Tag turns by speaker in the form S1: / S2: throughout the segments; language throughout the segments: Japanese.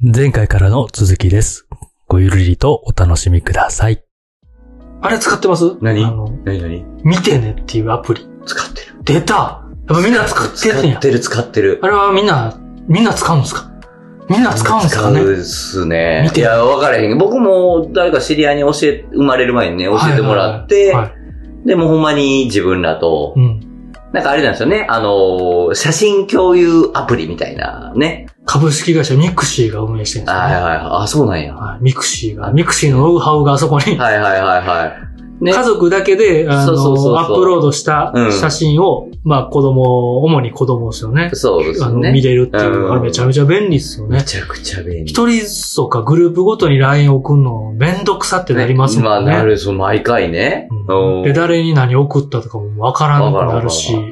S1: 前回からの続きです。ごゆるりとお楽しみください。
S2: あれ使ってます
S3: 何
S2: あの、
S3: なになに
S2: 見てねっていうアプリ。
S3: 使ってる。
S2: 出たやっぱみんな使ってるん
S3: 使
S2: や
S3: っ。てる、使ってる
S2: あ。れはみんな、みんな使うんですかみんな使うんですかね
S3: 使うっすね
S2: 見。て
S3: いや、わからへん。僕も誰か知り合いに教え、生まれる前にね、教えてもらって
S2: はいはいはいはい
S3: で、もうほんまに自分らと
S2: う、ん。
S3: なんかあれなんですよね、あのー、写真共有アプリみたいなね。
S2: 株式会社ミクシーが運営してるんですよ、ね。
S3: はいはいはい。あ、そうなんや。は
S2: はいミクシーが、ミクシーのノウハウがあそこに、
S3: いはいはいはい。ね
S2: 家。族だけで、あ
S3: そうそうそうそう
S2: の、アップロードした
S3: うん
S2: 写真を、まあ子供、主に子供ですよね。
S3: そうです
S2: あの、見
S3: ね。
S2: れるっていう、
S3: うん
S2: あれめちゃめちゃ便利ですよね
S3: め。ちゃくちゃ便利。
S2: 一人とかグループごとに LINE 送るのめんどくさってなります
S3: ま
S2: も
S3: あ、
S2: んね。
S3: なる、そう、毎回ね。
S2: う
S3: うん
S2: んで、誰に何送ったとかもわからなくなるし
S3: わか、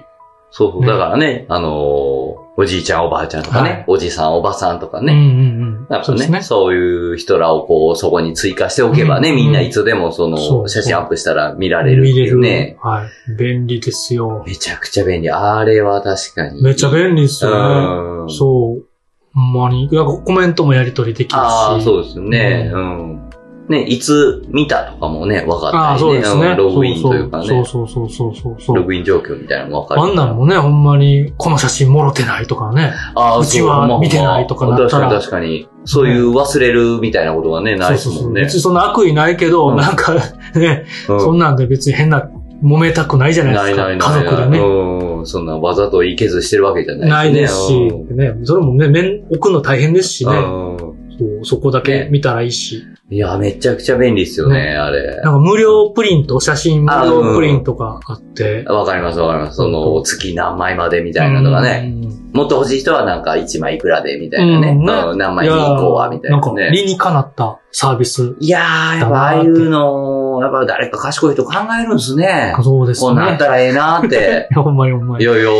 S3: そうそう、
S2: ね
S3: だからね、あのー、おじいちゃん、おばあちゃんとかね、
S2: はい
S3: おじさん、おばさんとか
S2: うんう
S3: ね、
S2: んう
S3: なん
S2: ん。
S3: か
S2: そう
S3: ね
S2: で
S3: そ
S2: す
S3: う
S2: ね。
S3: いう人らをこう、そこに追加しておけばね、
S2: うん
S3: みんないつでもそ
S2: そう
S3: の、写真アップしたら見られるって
S2: 見れ
S3: いう
S2: る。
S3: ね。
S2: はい。便利ですよ。
S3: めちゃくちゃ便利。あれは確かに。
S2: めっちゃ
S3: 利
S2: 便利ですよね。
S3: うん。
S2: そう。ほんまに。なんかコメントもやり取りできるし。
S3: ああ、そうですよね。うん。ね、いつ見たとかもね、分か
S2: ああ
S3: った
S2: そう
S3: り
S2: で
S3: ね。
S2: すね。
S3: んログインというか
S2: そう
S3: ね、
S2: そうそうそうそうそう
S3: ロ
S2: そう。
S3: グイン状況みたいなのも分かる。
S2: あんなんもね、ほんまに、この写真もろてないとかね。
S3: ああ
S2: うちは
S3: そほんまほんま
S2: 見てないとかなったら
S3: 確かに確かに。そういう忘れるみたいなことがね、ないですもんね。
S2: 別にそんな悪意ないけど、
S3: うん
S2: なんかね、
S3: うん
S2: そんなんで別に変な、揉めたくないじゃないですか。
S3: ないない
S2: 家
S3: ない
S2: 族
S3: な
S2: で
S3: い。
S2: ね。
S3: うん。そんなわざといけずしてるわけじゃ
S2: な
S3: ないい
S2: ですし、
S3: うん
S2: ね、それもね、面、置くの大変ですしね、
S3: うん
S2: そうそこだけ見たらいいし、
S3: いや、めちゃくちゃ便利ですよ
S2: ね
S3: ね、あれ。
S2: なんか無料プリント、写真無
S3: あ
S2: 料プリントがあって、
S3: わかりますわかります。そ
S2: うん
S3: の、月何枚までみたいなのがね。
S2: うん。
S3: もっと欲しい人はなんか1枚いくらでみたいなね。
S2: うんね
S3: うん何枚に行こうはみたい
S2: なんか
S3: な、ね。
S2: 理にかなったサービス。
S3: いやー、やっぱああいうの、やっぱ誰か賢い人考えるんですね。
S2: そうです
S3: こんなんあっ
S2: ね。
S3: たらええな ーって。
S2: ほんまにほんま
S3: い
S2: に。
S3: やいや、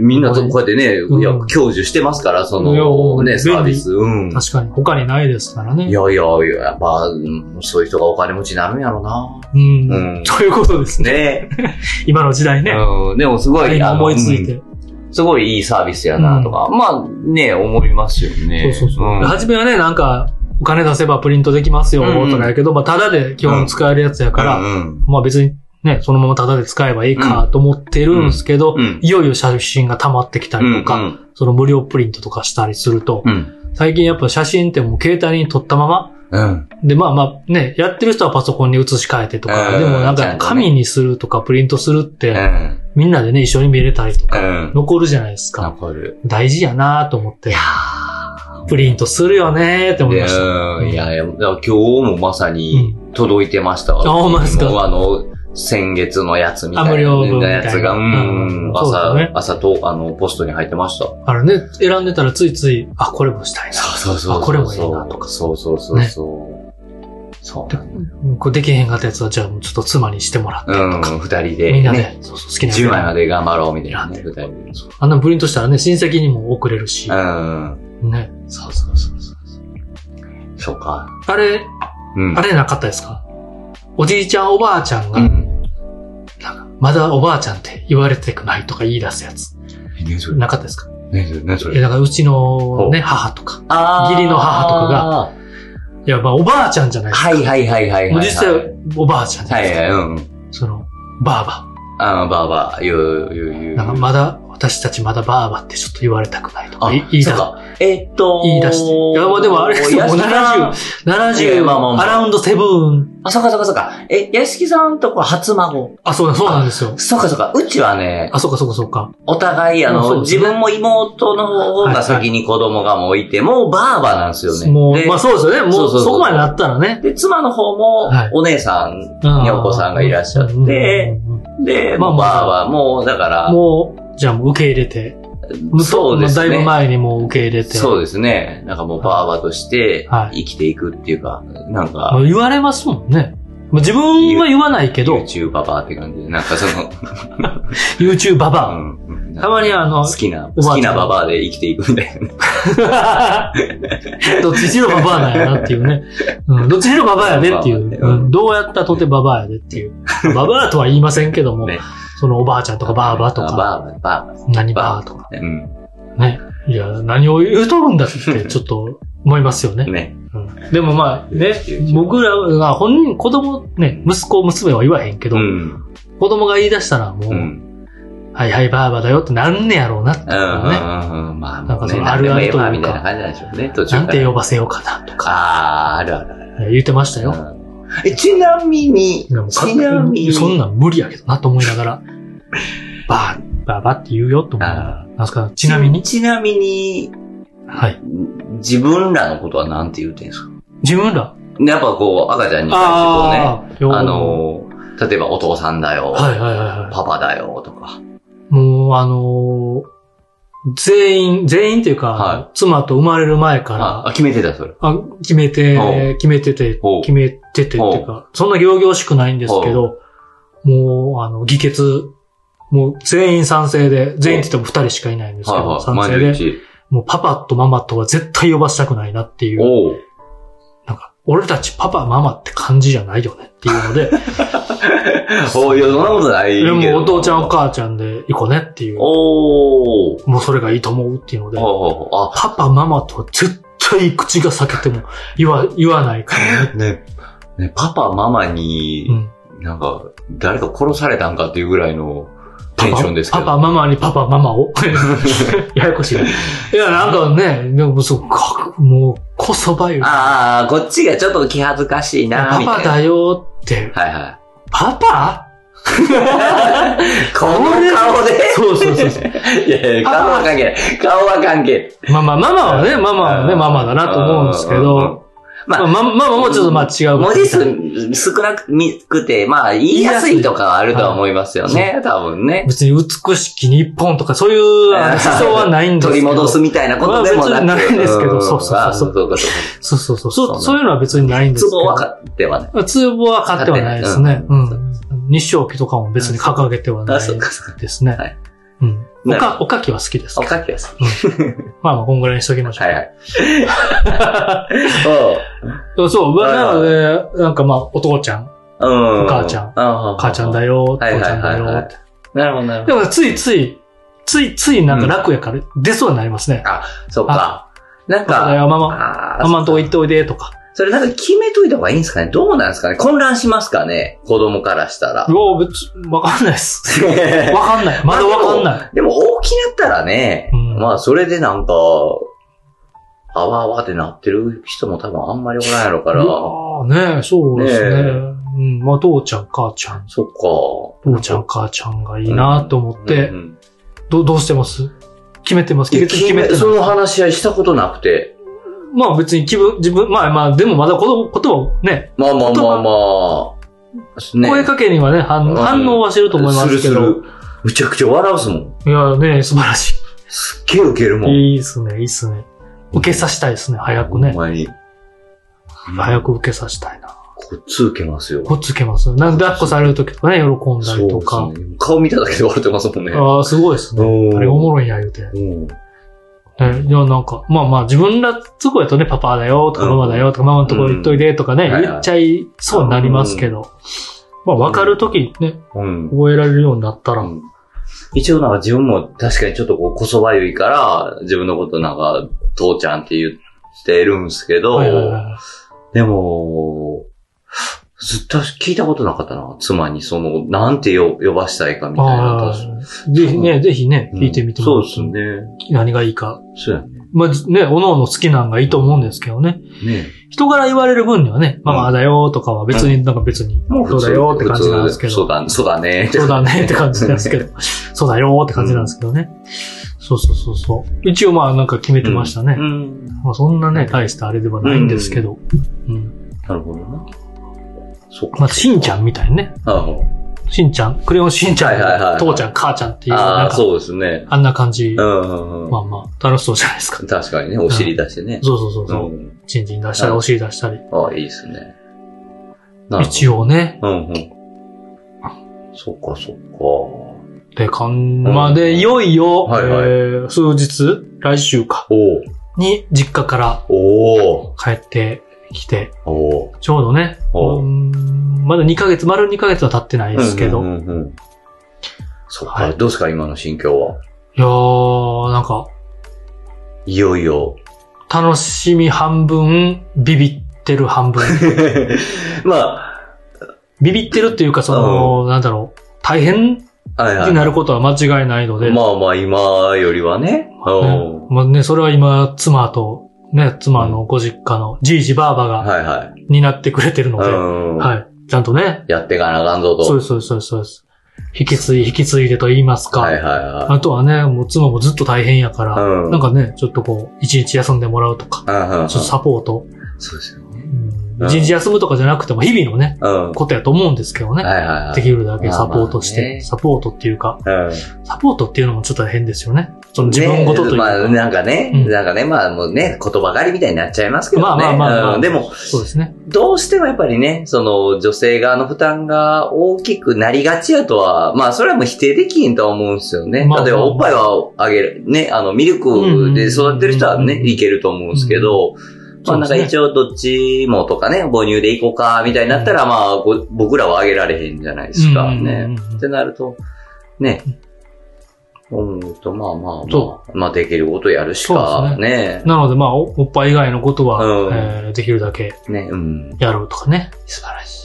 S3: みんなとこうやってね、
S2: うん
S3: いや、享受してますから、そ
S2: いやも
S3: の、
S2: う
S3: ね、サービス。うん。
S2: 確かに。他にないですからね。
S3: いやいやいや、やっぱ、うんそういう人がお金持ちになるんやろな。
S2: うん。
S3: うん
S2: ということですね。
S3: ね
S2: 今の時代ね。
S3: うん。でもすごい、
S2: 今
S3: あの
S2: 思いついて。
S3: うんすごいいいサービスやなとか、まあね、思いますよね。
S2: そうそうそう。
S3: ん
S2: 初めはね、なんか、お金出せばプリントできますよ、
S3: うん
S2: とかやけど、まあ、ただで基本使えるやつやから、
S3: うん
S2: まあ別にね、そのままただで使えばいいかと思ってるんですけど、
S3: うんうん
S2: いよいよ写真が溜まってきた
S3: うん。
S2: りとか、
S3: うん
S2: その無料プリントとかしたりすると、
S3: うん。
S2: 最近やっぱ写真ってもう携帯に撮ったまま、
S3: うん。
S2: で、まあまあね、やってる人はパソコンに写し替えてとか、
S3: うん
S2: でもなん
S3: ちゃ
S2: か
S3: んとね
S2: 紙にするとかプリントするって、
S3: うん。
S2: みんなでね、一緒に見れたりとか、
S3: うん。
S2: 残るじゃないですか。
S3: 残る。
S2: 大事やなと思って、プリントするよねーって思い
S3: で
S2: ました。
S3: うんいや、いや今日もまさに届いてましたわ。
S2: あほんまですか
S3: もうあの、先月のやつみたい
S2: あ
S3: な。
S2: 無料分みたいな
S3: やつが、う
S2: うん
S3: ん、
S2: そうだ
S3: 朝、
S2: ね
S3: 朝と、あの、ポストに入ってました。
S2: あれね、選んでたらついつい、あ、これもしたいな。
S3: そう
S2: そうあこれもいいなと
S3: か。そうそうそうそう。そうなんだ
S2: うんこれできへんかったやつは、じゃあもうちょっと妻にしてもらってとか。
S3: うん、二人で。
S2: みんなで、
S3: ね。
S2: そうそう好きなやつ
S3: 10枚まで頑張ろうみたいなね。
S2: 選
S3: 二人で。そう
S2: あんなプリントしたらね、親戚にも送れるし。
S3: うん。
S2: ね。
S3: そうそうそうそう。そうか。
S2: あれ、
S3: うん。
S2: あれなかったですかおじいちゃん、おばあちゃんが、
S3: うん。
S2: なんかまだおばあちゃんって言われてくないとか言い出すやつ。
S3: 何それ
S2: なかったですか
S3: 何それ何そ
S2: いや、
S3: れ
S2: だからうちのね、母とか。義理の母とかが
S3: が。
S2: いや、まあおばあちゃんじゃないですか。
S3: はいはいはいはいはい。
S2: もう実際、おばあちゃんじゃ
S3: は
S2: ないです
S3: い
S2: か。
S3: はい、うん。
S2: その、ばあば。
S3: あの、ばあば、言う、言う、言う。
S2: なんかまだ、私たちまだばあばってちょっと言われたくないとか
S3: あ、
S2: い言い
S3: そ
S2: 出
S3: うか。えっと、
S2: 言い出していやまあでもあれですよ
S3: 屋敷さん
S2: もう70、
S3: いやまあまあまあ
S2: アラウンドセブン。
S3: あ、そうかそうかそうか。え、屋敷さんとこ初孫。
S2: あ、そうだ、そうなんですよ。
S3: そうかそうか。うちはね、
S2: あ、そうか、そうか、そうか。
S3: お互い、あ
S2: うんそう
S3: の、
S2: です
S3: 自
S2: ね
S3: 分も妹の方が先に子供がもういて、もうばあばなんですよね。
S2: もう、
S3: で
S2: まあそうですよね。も
S3: そううそうそう
S2: そこまでなったらね。
S3: で、妻の方も
S2: はい、
S3: お姉さん、
S2: に
S3: にお子さんがいらっしゃってで、
S2: まあ
S3: もう
S2: まあ
S3: ばあば、もう、だから、
S2: もう、じゃあもう受け入れて。
S3: そうですね
S2: だいぶ前にもう受け入れて。
S3: そうですね。なんかもうばあばとして
S2: は、
S3: 生きていくっていうか、なん
S2: も
S3: か、
S2: う言われますもんね。まあ自分は言わないけど、
S3: YouTuber って感じで、なんかそ の、
S2: YouTube ババア。
S3: うん
S2: たまにあの
S3: 好、きな、
S2: おばあちゃん
S3: 好きなババアで生きていくみたいな。
S2: どっちにしろババアなんやなっていうね。うん、どっちにしろババアやでっていう、
S3: ババアや
S2: う
S3: で
S2: んどうやったとてババアやでって いう。ババアとは言いませんけども、
S3: ね
S2: そのおばあちゃんとかバーバと
S3: あ
S2: か、
S3: バあば、バあば。
S2: 何バーとか。
S3: うん。
S2: ね。いや、何を言うとるんだ って、ちょっと思いますよね。
S3: ね。
S2: うんでもまあね、僕らが本人、子供、ね、息子、娘は言わへんけど、
S3: うん。
S2: 子供が言い出したらもう、
S3: うん。
S2: はいはいばあばだよってなんねやろうなっていう
S3: うん。うん。
S2: のね。
S3: うんまあ、
S2: なんかその
S3: ね
S2: あるあるというか
S3: 何でもええわみたいな感じなんでしょうね、途中か
S2: な
S3: ら。
S2: んて呼ばせようかなとか、
S3: ああ、あるあるある。
S2: 言ってましたよ。
S3: うんえ、ちなみに、
S2: でもか
S3: ちなみに、
S2: そんなん無理やけどなと思いながら、ばあ、ばあばって言うよと思いながらなんすか、ちなみに、
S3: ちなみに、
S2: はい。
S3: 自分らのことはなんて言うてんすか
S2: 自分ら、
S3: やっぱこう、赤ちゃんに対してこうね、
S2: ああ、よう
S3: あ、のー、例えばお父さんだよ、
S2: はいはいはいは
S3: パパだよとか。
S2: い。もう、あのー全員、全員っていうか、
S3: は
S2: 妻と生まれる前から、
S3: あ、あ決めてた、それ。
S2: あ、決め
S3: ほ
S2: て、決めてて
S3: ほう、
S2: 決めててっていうか、そんな行々しくないんですけど、もう、あの、議決、もう全員賛成で、全員って言っても二人しかいないんですけど、
S3: はいはい。
S2: 賛
S3: 前
S2: 成
S3: の
S2: で、
S3: 一。
S2: もうパパとママとは絶対呼ばしたくないなっていう、
S3: おう。
S2: なんか、俺たちパパママって感じじゃないよねっていうので、
S3: おう、いや、そんなことないけ
S2: で
S3: ど。
S2: もお父ちゃんお母ちゃんで行こうねっていう、
S3: おー。
S2: もうそれがいいと思うっていうので、
S3: おうおうおう
S2: パパママとは絶対口が裂けても言わ、言わないからね。
S3: あ、ね、ね、パパ、ママに、
S2: うん
S3: なんか、誰か殺されたんかっていうぐらいの テンションですけど。
S2: パパ、ママにパパ、ママ をややこしいな。いや、なんかね、でもそう、かもう、こそばよ。
S3: ああ、こっちがちょっと気恥ずかしいな、
S2: パ
S3: みた
S2: パ
S3: いな。
S2: だよって。
S3: はいはい。
S2: パ パ
S3: この顔で
S2: そうそうそうそう。
S3: いやいや、顔は関係ない。顔は関係ない。
S2: まあまあ、ママはね、ママはね、ママだなと思うんですけ
S3: うんうんうん
S2: ど、ま
S3: まあ
S2: あ、ママもちょっとまあ違う。
S3: 文字数少なくて、まあ、言いやすいとかはあるとは思いますよね。多分ね。
S2: 別に美しき日本とかそういうあの思想はないんです
S3: 取
S2: け
S3: り
S2: ど。
S3: 戻すみたいなことでもなく。
S2: まあ別にないですけど
S3: ん
S2: そうそうそう
S3: あそうかそう
S2: そうそうそう。そうそういうのは別にないんですけ
S3: か。都合
S2: ど
S3: は。かってはない。
S2: ツーボは買ってはないですね。う
S3: 買ってない
S2: ん。日照期とかも別に掲げてはな
S3: あ、
S2: い
S3: そうかそうか。
S2: ですね。
S3: はい
S2: うん。お
S3: なるほ
S2: か、おかきは好きです
S3: お。かきはさ。
S2: まあまあ、こんぐらいにしときましょう。
S3: はいはい。 お
S2: そ
S3: う
S2: うそう。まあな
S3: はい
S2: ので、なんかまあ、お父ちゃん、
S3: うん。
S2: お母ちゃん
S3: ん
S2: 母ちゃんだ
S3: よ。
S2: よ、お父ち
S3: はいはい
S2: ゃんだ
S3: はい
S2: よ
S3: は
S2: っ
S3: い
S2: て。
S3: なるほど、なるほ
S2: で
S3: ど。
S2: も、ついつい、ついついなんか楽やから、出そうになりますね。
S3: そうか。なん
S2: パパだ
S3: か、
S2: よ、ママ。
S3: あ
S2: ママんとこ行っておいで、とか。
S3: それなんか決めといた方がいいんですかねどうなんですかね混乱しますかね子供からしたら
S2: う。わ、別、わかんないっ す。わかんない。まだわかんない。
S3: でも大きなったらね、
S2: うん
S3: まあそれでなんか、あわあわってなってる人も多分あんまりおらんやろから、
S2: ああ、ねそうですね。
S3: ねえ
S2: うん、まあ、父ちゃん、母ちゃん、
S3: そっか。
S2: 父ちゃん、母ちゃんがいいなと思って
S3: う、ん
S2: ど、どうしてます決めてます
S3: いや
S2: 決
S3: 決
S2: め
S3: め
S2: てない
S3: その話し合いしたことなくて。
S2: まあ別に気分、自分、まあまあ、でもまだこのことをね、
S3: まあまあまあまあ。ね
S2: 声かけにはね、反
S3: うん
S2: 反応はしてると思いますけど。
S3: するする。むちゃくちゃ笑うすもん。
S2: いやね、素晴らし
S3: すっげえウケるも
S2: い。
S3: ん。
S2: いいですね、いいですね。受けさせたいですね、早くね
S3: ほん。まに。
S2: 早く受けさせたいな。
S3: こっち受けますよ。
S2: こっつけます。なんで抱っこされるときとかね、喜んだりと
S3: そ
S2: か
S3: う。ですね。顔見ただけで笑ってますもんね。
S2: ああ、すごいですね。
S3: おー
S2: あれおもろいんや、言うて。ね
S3: うん
S2: いや、なんか、まあまあ、自分らとこやとね、パパだよとか、
S3: うん
S2: ママだよとか、ママのとこ行っといでとかね、
S3: うんはいはい
S2: 言っちゃいそうになりますけど。まあ、わかるときね、
S3: うん。
S2: 覚えられるようになったら、
S3: うん一応なんか自分も確かにちょっとこう、こそばゆいから、自分のことなんか、父ちゃんって言ってるんですけど、
S2: はいはいはい
S3: でも、ずっと聞いたことなかったな。妻にその、なんて呼呼ばしたいかみたい
S2: あ
S3: な。
S2: あ、ぜひ
S3: う
S2: ね、ぜひね、
S3: うん
S2: 聞いてみて
S3: そ
S2: も
S3: う
S2: ら
S3: ですね。
S2: 何がいいか。
S3: そうやね。
S2: まあ、ね、おのおの好きなんがいいと思うんですけどね。
S3: ね
S2: 人から言われる分にはね、ママだよとかは別に、なんか別に、そうだよって感じなんですけど。
S3: そうだ、そうだね。
S2: そうだねって感じなんですけど。 そうだよって感じなんですけどね。そうそうそうそう。一応まあなんか決めてましたね。
S3: うん。
S2: まあそんなね、大したあれではないんですけど。うん。
S3: なるほどな。そうか。
S2: まあ、しんちゃんみたいにね。
S3: あの
S2: しんちゃん、クレヨンしんち
S3: はいはい
S2: ゃ
S3: は
S2: ん、
S3: い
S2: 父ちゃん、母ちゃんっていう、な
S3: あ
S2: ん
S3: あ、
S2: か、
S3: そうですね。
S2: あんな感じ。
S3: うんうんうん
S2: まあまあ、楽しそうじゃないですか。
S3: 確かにね、お尻出してね。
S2: そうそうそうそう。
S3: うん
S2: チンチン出したり、
S3: うん
S2: お尻出したり。
S3: ああ、いいですね。なるほど
S2: 一応ね。
S3: うんうん。そっかそっか。
S2: で、かん、まあ、で、いよいよ、
S3: はいはい
S2: えー数日、来週か、
S3: おう
S2: に、実家から
S3: おう
S2: 帰ってきて、
S3: おう
S2: ちょうどね、
S3: お
S2: う
S3: う
S2: んまだ2ヶ月、丸2ヶ月は経ってないですけど、
S3: うんうんうんうんそっか、
S2: はい
S3: どうすか今の心境は。
S2: いやー、なんか、
S3: いよいよ。
S2: 楽しみ半分、ビビってる半分。
S3: ま
S2: ビビってるっていうか、その、なんだろう、大変に
S3: あ、はいはい。
S2: なることは間違いないので、
S3: まあまあ、今よりはね。うん
S2: ねまあね、それは今、妻と、ね、妻のご実家のじいじばあばが
S3: はいはい。
S2: 担ってくれてるので、
S3: うん
S2: はい。ちゃんとね、
S3: やっていかなあかんぞと。
S2: そうです、そうです、そうですそうです。引き継い、引き継いでと言いますか。
S3: はいはいは
S2: あとはね、もう妻もずっと大変やから、
S3: うん
S2: なんかね、ちょっとこう、一日休んでもらうとか、
S3: い。うんうんうん
S2: ちょっとサポート。
S3: そうですよね。
S2: うん
S3: うん
S2: 一日休むとかじゃなくても、日々のね、
S3: うん。は
S2: ことやと思うんですけど
S3: い
S2: ね。
S3: はいは
S2: で
S3: い。
S2: きるだけサポートして、
S3: まあまあね
S2: サポートっていうか、
S3: うん
S2: サポートっていうのもちょっと変ですよね。その自分ごとという
S3: ねま
S2: か、
S3: あ、なんかね、
S2: うん
S3: なんかね、まあもうね、言葉狩りみたいになっちゃいますけどね。
S2: まあまあまあまあ
S3: うんでも、
S2: そうですね。
S3: どうしてもやっぱりね、その女性側の負担が大きくなりがちやとは、まあそれはもう否定できんとは思うんですよね。
S2: まあ
S3: 例えばおっぱいはあげる、ね、あのミルクで育ってる人は
S2: う
S3: ね、
S2: ん
S3: いけると思うんですけど、まあなんか一
S2: 応、
S3: 応どっちもとかね、母乳でいこうか、みたいになったら、まあご僕らはあげられへんじゃないですか、
S2: うんうんうん
S3: ね。
S2: うん
S3: ってなると、ね。思うと、まあまあま
S2: そ
S3: あ、まあできることやるしか
S2: そう
S3: ね。
S2: なので、まあ、おおっぱい以外のことは、
S3: うん
S2: えーできるだけ
S3: ね、うん。
S2: やるとかね、
S3: 素晴らしい。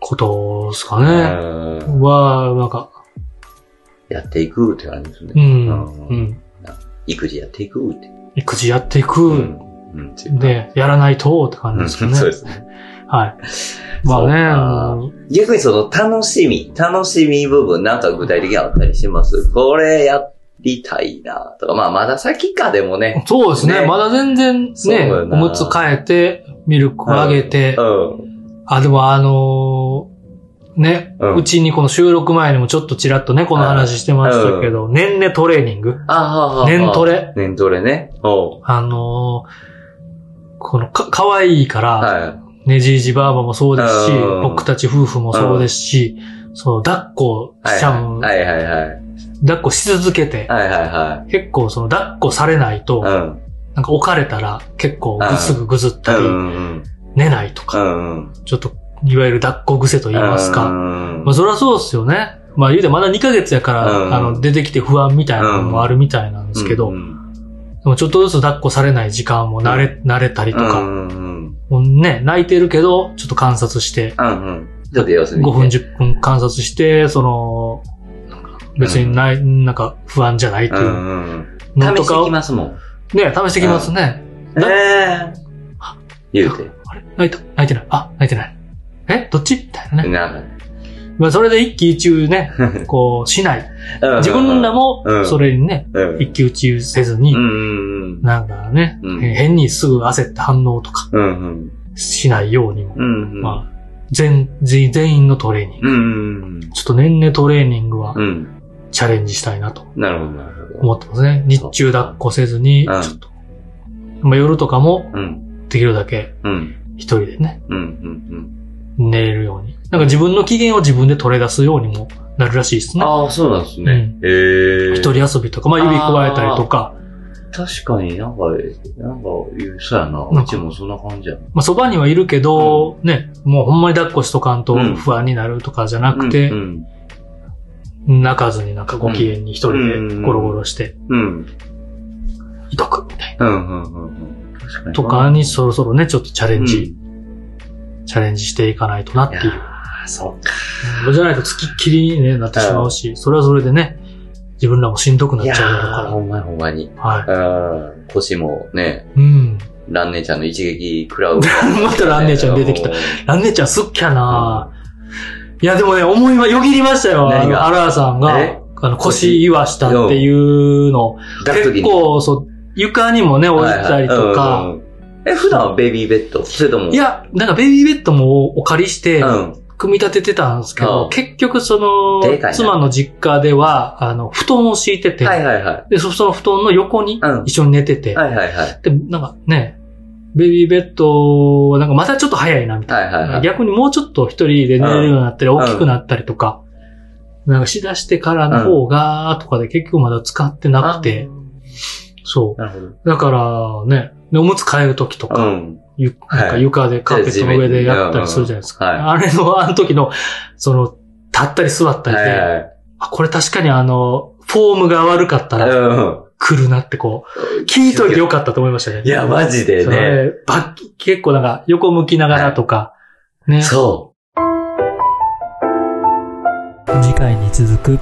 S2: ことですかね。
S3: うん
S2: は、なんか、
S3: やっていくって感じですね
S2: う。ん、
S3: うん
S2: うん。
S3: 育児やっていくって。
S2: 育児やっていうく、。
S3: うん。
S2: で、やらないと、って感
S3: う
S2: じ
S3: ん
S2: ですか
S3: そ
S2: ね。
S3: うですね。
S2: はい。
S3: そうか
S2: まあね、うん
S3: 逆にその楽しみ、楽しみ部分、なんか具体的にあったりしますこれやりたいなとか、まあまだ先かでもね。
S2: そうですね
S3: ね
S2: まだ全然
S3: そう
S2: ね、
S3: や
S2: お
S3: な
S2: むつ変えて、ミルクをあげて、
S3: うん。
S2: あ、でもあのーね、
S3: うん
S2: うちにこの収録前にもちょっとちらっとね、この話してましたけど、年々トレーニング。
S3: ああ、ああ
S2: 年ト。レ。
S3: 年トレね。おう
S2: あのーこのか、かわいいから、
S3: は
S2: ねじいじばあばもそうですし、
S3: うん
S2: 僕たち夫婦もそうですし、そう、抱っこ
S3: い。はい
S2: しちゃう、
S3: はいはいはい。
S2: 抱っこし続けて、
S3: はいはいは
S2: 結構その抱っこされないと、
S3: い。うん。
S2: なんか置かれたら結構ぐすぐぐずっ
S3: う
S2: たり、
S3: んうん。
S2: 寝ないとか、
S3: うん。
S2: ちょっと、いわゆる抱っこ癖と言いますか。
S3: うん
S2: まあそりゃそうですよね。まあ言うてまだ2ヶ月やから、
S3: うん
S2: あの、出てきて不安みたいなのもあるみたいなんですけど、
S3: うん
S2: でもちょっとずつ抱っこされない時間も慣れ、慣れたりと
S3: う
S2: か、
S3: んうん。
S2: もうね、泣いてるけど、ちょっと観察して、
S3: うんうん。ちょっと様子見て。
S2: 5分10分観察して、その、別にない、なんか不安じゃないって
S3: う
S2: い
S3: ん
S2: う
S3: うんうん。
S2: の
S3: 試
S2: と
S3: して
S2: か
S3: き
S2: を、ね、
S3: ますもん。
S2: 試してきますね。だ
S3: ええ言うて。
S2: あれ泣いた泣いてないあ、泣いてない。えどっちみたいなね。
S3: なん
S2: まあそれで一喜一憂 ね、こう、しない。
S3: か
S2: 自分ら、も
S3: う、ん
S2: それにね、
S3: うん
S2: 一喜一憂せずに
S3: う、ん。
S2: なんかね、
S3: うん
S2: えー変にすぐ焦った反応とか
S3: うんうん。
S2: しないようにも、
S3: うん。あ。
S2: まあ、全、全全員のトレーニング。
S3: うん。
S2: ちょっと年々トレーニングは
S3: うん。
S2: チャレンジしたいなと
S3: なるほど、なるほど。
S2: 思ってますね。日中抱っこせずに、ち
S3: うん
S2: ょっと。まあ、夜とかも
S3: うん。
S2: できるだけ
S3: うん。
S2: 一人でね、
S3: うん。うん。
S2: 寝れるように。なんか自分の機嫌を自分で取り出すようにもなるらしいですね。
S3: ああ、そうなんですね。ええ。
S2: 一人遊びとか、まあ指加えたりとか、
S3: 確かになんか、なんか、そうやな。うちもそんな感じやな。
S2: まあそばにはいるけど、ね、もうほんまに抱っこしとかんと
S3: うん
S2: 不安になるとかじゃなくて
S3: う、ん。
S2: 泣かずになんかご機嫌に一人でゴロゴロして、
S3: うん。
S2: いとくみたいな。
S3: うん。うん。確かに。
S2: とかにそろそろね、ちょっとチャレンジ、。チャレンジしていかないとなっ
S3: い
S2: てい
S3: や
S2: う。
S3: そうか。
S2: うんじゃないと付きっきりに、ね、なってしまうし、それはそれでね、自分らもしんどくなっ
S3: い
S2: ち
S3: や
S2: ゃうやろ
S3: ほんまにほんまに。
S2: うから。は
S3: うん。腰もね、
S2: い。 うん。
S3: ランネちゃんの一撃食ら う。
S2: またランネちゃん出て きた。ランネちゃんすっきゃな、いや、でもね、思いはよぎりましたよ。あ
S3: 何
S2: の
S3: が
S2: アラーさんが
S3: え、
S2: あの、腰言わしたっていうの。
S3: 抱く時
S2: 結
S3: に
S2: 構、そう、床にもね、置いたりとか、
S3: はいはいうんうんえ、普段はベビーベッドそれとも。
S2: い、や、なんかベビーベッドもお借りして
S3: う、ん。
S2: 組み立ててたんですけど、
S3: うん
S2: 結局そ
S3: でか
S2: の、
S3: いな
S2: 妻の実家では、あの、布団を敷いてて、
S3: はいはいは
S2: で、そその布団の横に
S3: うん
S2: 一緒に寝てて、
S3: い。はいはいはい。
S2: で、なんかね、ベビーベッドはなんかまたちょっと早いな、みたい
S3: はい
S2: な。
S3: はいはい。
S2: 逆にもうちょっと一人で寝れるようになったり、大きくなったりとか、なんかしだしてからの方が、とかで結局まだ使ってなくて、そ
S3: あ。なる
S2: う。だからね、でおむつ替える時と
S3: ほど。う
S2: か、
S3: ん。
S2: ゆ
S3: はい
S2: なんか床でカーペットの上でやったりするじゃないですか。
S3: はい。
S2: あれの、あの時の、その、立ったり座ったり
S3: はい
S2: で、
S3: はい。
S2: あこれ確かにあの、フォームが悪かったら、
S3: うん。
S2: 来るなってこう、聞いといてよかったと思いましたね。
S3: いや、マジで
S2: そ
S3: ね。
S2: れば結構なんか横向きながらとか、ね。
S3: そう。
S1: 次回に続く。